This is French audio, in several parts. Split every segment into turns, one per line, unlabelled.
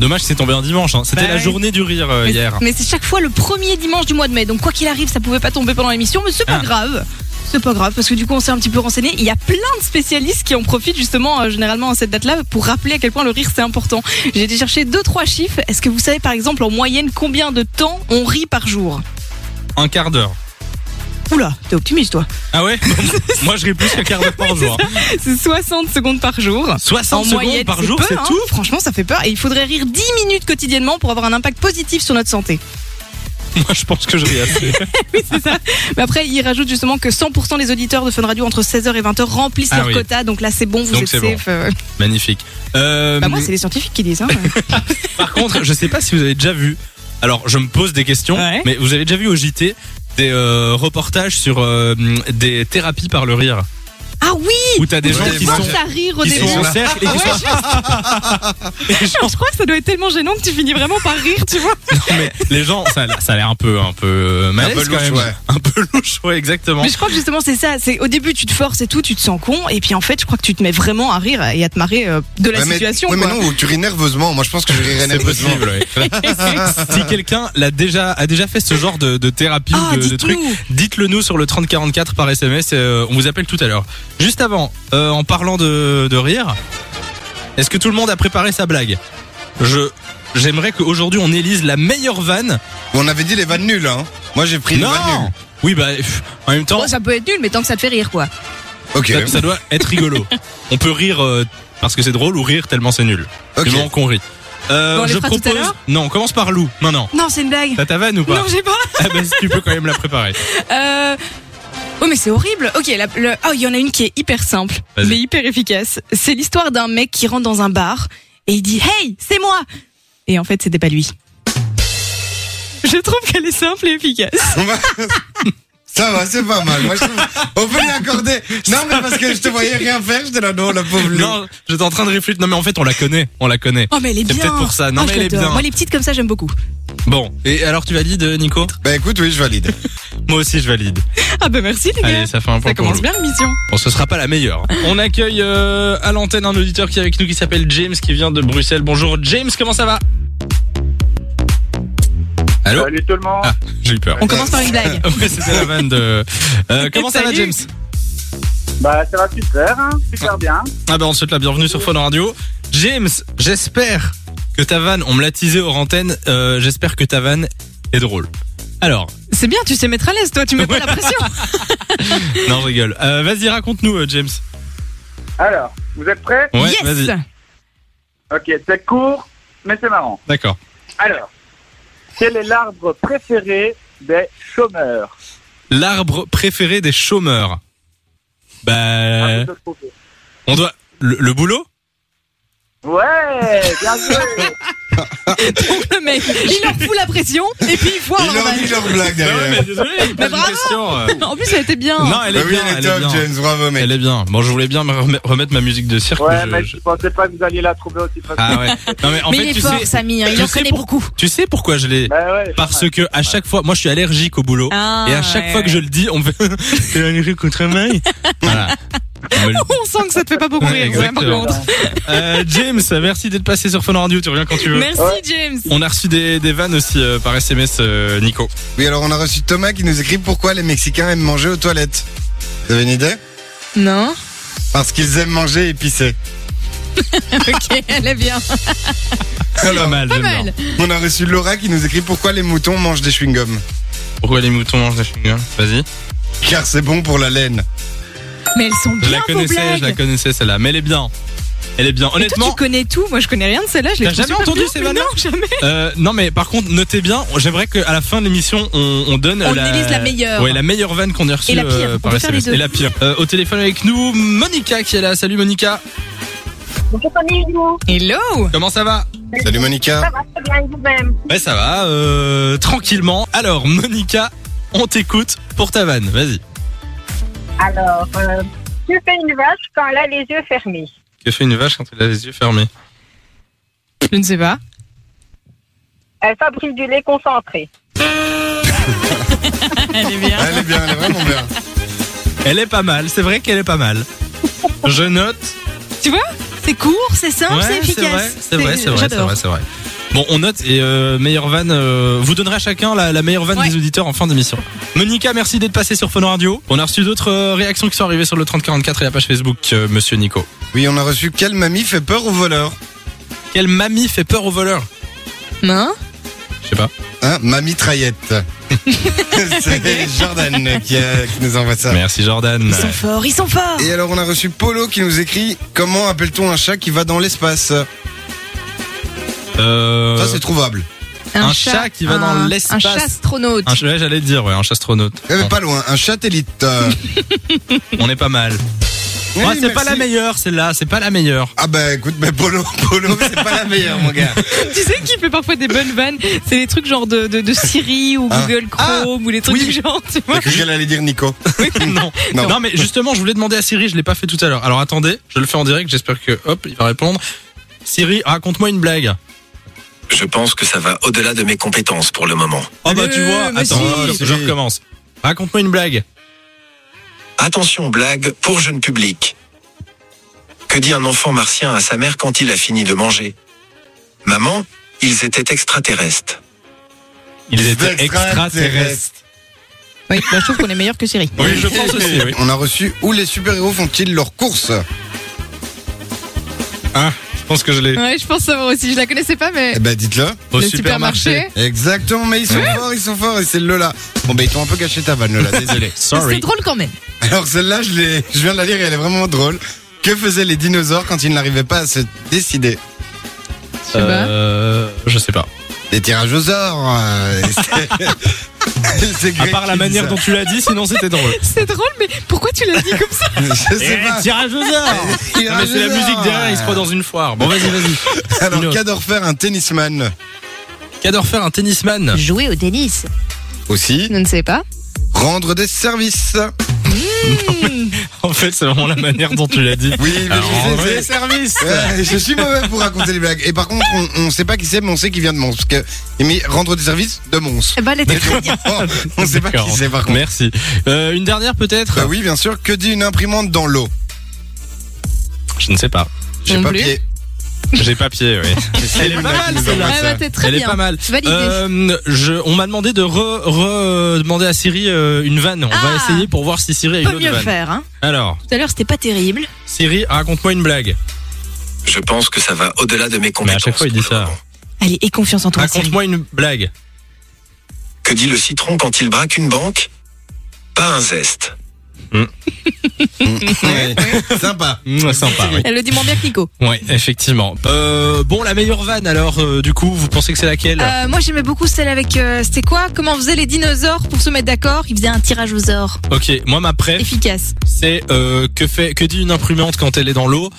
Dommage que c'est tombé un dimanche. hein. C'était
Bah
la
oui.
journée du rire euh,
Mais-
hier.
Mais c'est chaque fois le premier dimanche du mois de mai. Donc quoi qu'il arrive, ça pouvait pas tomber pendant l'émission, mais c'est pas
Ah.
grave. C'est pas grave parce que du coup on s'est un petit peu renseigné. Il y a plein de spécialistes qui en profitent justement euh, généralement à cette date-là pour rappeler à quel point le rire c'est important. J'ai été chercher deux trois chiffres. Est-ce que vous savez par exemple en moyenne combien de temps on rit par jour
Un quart d'heure.
Oula, t'es optimiste toi.
Ah ouais Moi, je ris plus qu'un quart d'heure par jour.
C'est 60 secondes par jour.
60
en
secondes
moyenne,
par
c'est
jour,
peu,
c'est
hein.
tout
Franchement, ça fait peur. Et il faudrait rire 10 minutes quotidiennement pour avoir un impact positif sur notre santé.
Moi, je pense que je ris assez.
Mais après, il rajoute justement que 100% des auditeurs de Fun Radio entre 16h et 20h remplissent
Ah
leur
oui.
quota. Donc là, c'est bon, vous
Donc
êtes
c'est
safe.
bon.
euh.
Magnifique. Euh,
Bah, moi, c'est les scientifiques qui disent. Hein.
Par contre, je sais pas si vous avez déjà vu. Alors, je me pose des questions,
Ouais.
mais vous avez déjà vu au JT des euh, reportages sur euh, des thérapies par le rire
ah oui,
où t'as des gens
je
qui
te force
sont
à rire au
qui
début.
sont en cercle et qui
Ouais,
sont
je, je crois que ça doit être tellement gênant que tu finis vraiment par rire, tu vois.
mais les gens ça, a l'air- ça a l'air un peu un peu euh, malaise
Un peu
quand
louche,
même.
ouais.
un peu louche ouais exactement
Mais je crois que justement c'est ça, c'est au début tu te forces et tout, tu te sens con et puis en fait je crois que tu te mets vraiment à rire et à te marrer euh, de la
Ouais, mais-
situation.
ouais,
quoi.
mais non, tu ris nerveusement. Moi, je pense que je rirais
c'est
nerveusement.
possible ouais. si quelqu'un l'a déjà a déjà fait ce genre de, de thérapie
Ah,
ou de, de
dites-nous.
truc dites-le nous sur le 3044 par SMS euh, on vous appelle tout à l'heure juste avant euh, en parlant de, de rire est-ce que tout le monde a préparé sa blague je j'aimerais qu'aujourd'hui on élise la meilleure vanne
On avait dit les vannes nulles, hein. Moi, j'ai pris les vannes nulles.
oui bah pff, en même temps
Bon, ça peut être nul, mais tant que ça te fait rire, quoi.
Ok.
ça, ça doit être rigolo on peut rire euh, parce que c'est drôle ou rire tellement c'est nul
Ok.
du moment qu'on rit Euh,
Bon, on les
je
fera tout à
propose
l'heure
non on commence par Lou maintenant
Non, c'est une blague.
t'as ta vanne ou pas
Non, j'ai pas.
ah bah si tu peux quand même la préparer
Euh... Oh mais c'est horrible. Ok, la- le... oh, il y en a une qui est hyper simple,
Vas-y.
mais hyper efficace. C'est l'histoire d'un mec qui rentre dans un bar et il dit Hey, c'est moi. Et en fait, c'était pas lui. Je trouve qu'elle est simple et efficace.
Ça va, c'est pas mal. Moi, je trouve- On peut lui accorder. Non, mais parce que je te voyais rien faire, j'étais là, non, la pauvre Lou.
Non, j'étais en train de réfléchir. Non, mais en fait, on la connaît. On la connaît.
Oh mais elle est
C'est
bien.
peut-être pour ça. Non,
Oh,
mais
je
elle est
l'adore.
bien.
Moi les petites comme ça j'aime beaucoup.
Bon. Et alors, tu valides, euh, Nico
Bah écoute, oui, je valide.
Moi aussi, je valide.
Ah bah merci les gars.
Allez, ça fait un point
ça
pour
commence
Lou.
bien l'émission.
Bon, ce sera pas la meilleure. On accueille euh, à l'antenne un auditeur qui est avec nous qui s'appelle James, qui vient de Bruxelles. Bonjour, James. Comment ça va Allô
Salut tout le monde.
Ah, j'ai eu peur.
On commence par une blague.
Ouais, c'était la vanne de. Euh, comment ça va,
Salut.
James
Bah ça va super, hein, super bien.
Ah ben on te souhaite la bienvenue sur Fun Radio. James, j'espère que ta vanne, on me l'a teasé hors antenne, euh, j'espère que ta vanne est drôle. Alors,
C'est bien, tu sais mettre à l'aise toi, tu mets pas la pression.
non, je rigole. Euh, vas-y, raconte-nous, euh, James.
Alors, vous êtes prêts
Ouais,
yes.
vas-y. Ah.
Ok, c'est court, mais c'est marrant.
D'accord.
Alors, quel est l'arbre préféré des chômeurs
L'arbre préféré des chômeurs.
À
Bah,
vous de le trouver.
on doit. Le, le boulot
Ouais, bien joué.
Le mec, il leur fout la pression et puis il foire
Ils
leur
leur dit
blague.
leur blague
Bah ouais,
derrière.
mais désolé, pas
Mais
une
bravo. Oh.
question, euh.
En plus elle était bien. hein.
Non, elle est
Bah oui,
bien.
elle
elle
est
est
top,
bien.
James, bravo, mec.
Elle est bien. Bon, je voulais bien me remet- remettre ma musique de cirque.
Ouais,
je-
mais
je-
je pensais pas que vous alliez la trouver aussi facilement.
Ah ouais. Non, mais en
mais
fait,
il
tu
est fort
sais,
Samy, hein, il
tu
en
sais
connaît
pour-
beaucoup.
tu sais pourquoi je l'ai
Bah ouais,
Parce que à chaque fois, moi je suis allergique au boulot.
Ah,
et à chaque
ouais,
fois que
ouais.
je le dis, on me fait T'es allergique au travail Voilà. On me le-
On sent que ça te fait pas beaucoup
Ouais,
rire, ça, par
exactement.
contre.
Euh, James, merci d'être passé sur Fun Radio, tu reviens quand tu veux.
Merci,
Ouais.
James.
On a reçu des, des vannes aussi euh, par SMS, euh, Nico.
Oui, alors on a reçu Thomas qui nous écrit pourquoi les Mexicains aiment manger aux toilettes. Vous avez une idée
Non
Parce qu'ils aiment manger épicé.
Ok, elle est bien.
pas
Alors,
mal,
Pas
j'aime bien.
mal.
on a reçu Laura qui nous écrit pourquoi les moutons mangent des chewing-gums.
Pourquoi les moutons mangent des chewing-gums Vas-y.
Car c'est bon pour la laine.
Mais elles sont
Je
bien,
la
vos
connaissais,
blagues.
je la connaissais celle-là, mais elle est bien. Elle est bien.
Mais toi,
Honnêtement,
tu connais tout. Moi, je connais rien de celle-là. Je l'ai
T'as jamais entendu ces vannes-là
Non, jamais.
Euh, non mais par contre notez bien, j'aimerais qu'à la fin de l'émission on, on donne
On
la...
élise la meilleure.
Ouais, la meilleure vanne qu'on ait reçue
Et la pire.
euh,
On
par
peut faire
SMS.
les deux.
Et la pire. Euh, au téléphone avec nous, Monica qui est là. Salut Monica,
Hello
comment ça va
Salut Monica.
Ouais ça va, euh, tranquillement. Alors Monica, on t'écoute pour ta vanne, vas-y.
Alors, euh, que fait une vache quand elle a les yeux fermés
Que fait une vache quand elle a les yeux fermés
Je ne sais pas.
Elle fabrique du lait concentré.
Elle est bien.
Elle est bien, elle est vraiment bien.
Elle est pas mal, c'est vrai qu'elle est pas mal. Je note.
Tu vois C'est court, c'est simple,
Ouais,
c'est
vrai,
efficace.
c'est vrai, c'est vrai, c'est
J'adore.
vrai, c'est vrai. Bon, on note et euh, meilleure vanne, euh, vous donnerez à chacun la, la meilleure vanne
Ouais.
des auditeurs en fin d'émission. Monica, merci d'être passée sur Fun Radio. On a reçu d'autres euh, réactions qui sont arrivées sur le 3044 et la page Facebook, euh, monsieur Nico.
Oui, on a reçu Quelle mamie fait peur aux voleurs
Quelle mamie fait peur aux voleurs
Hein
Je sais pas.
Hein Mamie Traillette. C'est Jordan qui, euh, qui nous envoie ça.
Merci Jordan.
Ils sont forts, ils sont forts.
Et alors, on a reçu Polo qui nous écrit Comment appelle-t-on un chat qui va dans l'espace
Euh,
Ça, c'est trouvable.
un chat qui va
un-
dans l'espace.
Un chat astronaute.
un ch- ouais, j'allais te dire, ouais, un chastronaute.
Eh, mais pas loin, un satellite. euh.
On est pas mal.
Oui,
Ouais, c'est pas
merci.
la meilleure, celle-là, c'est pas la meilleure.
Ah bah écoute, mais Polo, Polo c'est pas la meilleure, mon gars.
Tu sais qui fait parfois des bonnes vannes C'est des trucs genre de, de, de Siri ou
Ah.
Google Chrome ou les trucs
oui.
du genre, tu vois.
T'as cru qu'elle allait dire Nico.
non.
Non.
mais justement, je voulais demander à Siri, je l'ai pas fait tout à l'heure. Alors attendez, je le fais en direct, j'espère que hop, il va répondre. Siri, raconte-moi une blague.
Je pense que ça va au-delà de mes compétences pour le moment.
Oh bah
Euh,
tu vois,
mais
attends, je-
si.
je
Siri.
recommence. Raconte-moi une blague.
Attention blague pour jeune public. Que dit un enfant martien à sa mère quand il a fini de manger Maman, ils étaient extraterrestres.
Ils étaient extraterrestres.
Oui, bah, je trouve qu'on est meilleur que Siri.
Oui, je pense aussi, oui.
On a reçu Où les super-héros font-ils leurs courses
Hein, je pense que je l'ai.
Ouais, je pense savoir aussi. Je la connaissais pas, mais
Eh ben dites-le.
Au
le
supermarché.
supermarché.
Exactement, mais ils sont forts, ils sont forts, et c'est Lola. Bon bah ils t'ont un peu caché ta vanne Lola, désolé.
Sorry.
C'est drôle quand même.
Alors celle-là, je, l'ai- je viens de la lire et elle est vraiment drôle. Que faisaient les dinosaures quand ils n'arrivaient pas à se décider
Je sais pas.
Euh, je sais pas.
Des tirages aux ors euh, c'est- c'est
À
Greg
part la
qui dit
manière
ça.
dont tu l'as dit, sinon c'était drôle.
C'est drôle, mais pourquoi tu l'as dit comme ça
Je sais
Eh,
pas.
tirage aux arts. Non, mais c'est la musique derrière, il se croit dans une foire. Bon, vas-y, vas-y. Une
Alors,
autre.
qu'adore faire un tennisman
Qu'adore faire un tennisman
Jouer au tennis.
Aussi,
Je ne sais pas.
rendre des services.
En fait, c'est vraiment la manière dont tu l'as dit.
Oui, mais
Alors,
je sais,
rendre
c'est-
des services.
Ouais, je suis mauvais pour raconter les blagues. Et par contre, on, on sait pas qui c'est, mais on sait qu'il vient de Mons. Parce que il met rendre des services de Mons.
Eh ben, les
Et donc, on- on sait pas
D'accord.
qui c'est par contre.
Merci. Euh, une dernière peut-être
Bah oui, bien sûr. Que dit une imprimante dans l'eau
Je ne sais pas.
J'ai
Non
pas
plus.
pied.
J'ai papier, oui. Elle est pas mal, celle-là.
Ouais, bah, t'es très
Elle
bien.
est pas mal.
Validé.
Euh, je, on m'a demandé de re, re- demander à Siri euh, une vanne. On va
Ah.
essayer pour voir si Siri a une
Pas
autre
mieux
vanne.
faire, hein.
Alors,
Tout à l'heure, c'était pas terrible.
Siri, raconte-moi une blague.
Je pense que ça va au-delà de mes
Mais à
compétences.
chaque fois, il dit
pour le
ça.
moment.
Allez, aie confiance en toi, Siri.
Raconte-moi une blague.
Que dit le citron quand il braque une banque Pas un zeste.
Mm, Ouais. Sympa.
Mmh, sympa, oui.
Elle le dit moins bien que Nico.
Ouais, effectivement. Euh, bon, la meilleure vanne, alors, euh, du coup, vous pensez que c'est laquelle
Euh, moi, j'aimais beaucoup celle avec. euh, c'était quoi Comment faisaient les dinosaures pour se mettre d'accord Ils faisaient un tirage aux ors.
Ok, moi, ma préf,
Efficace.
c'est euh, que, fait, que dit une imprimante quand elle est dans l'eau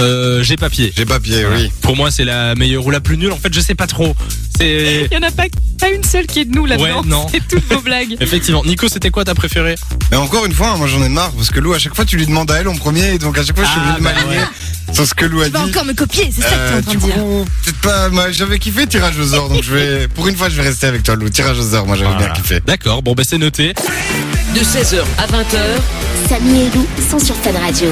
Euh, J'ai papier.
J'ai pas pied,
Voilà.
oui.
Pour moi, c'est la meilleure ou la plus nulle. En fait, je sais pas trop. C'est.
Il y en a pas, pas une seule qui est de nous là-dedans.
Ouais, non.
C'est toutes vos blagues.
Effectivement. Nico, c'était quoi ta préférée
Mais encore une fois, hein, moi j'en ai marre parce que Lou, à chaque fois, tu lui demandes à elle en premier, et donc à chaque fois, je suis
Ah,
obligé de
bah
m'aligner sur ce que Lou a
Tu vas
dit.
encore me copier, c'est ça
Euh,
que t'es en
du
train de dire.
coup, peut-être pas. moi, J'avais kiffé tirage aux ors, donc je vais. Pour une fois, je vais rester avec toi, Lou. Tirage aux ors, moi j'avais bien
Voilà.
kiffé.
D'accord, bon, bah, c'est noté.
De 16h à 20h,
Samy et Lou sont sur Fan Radio.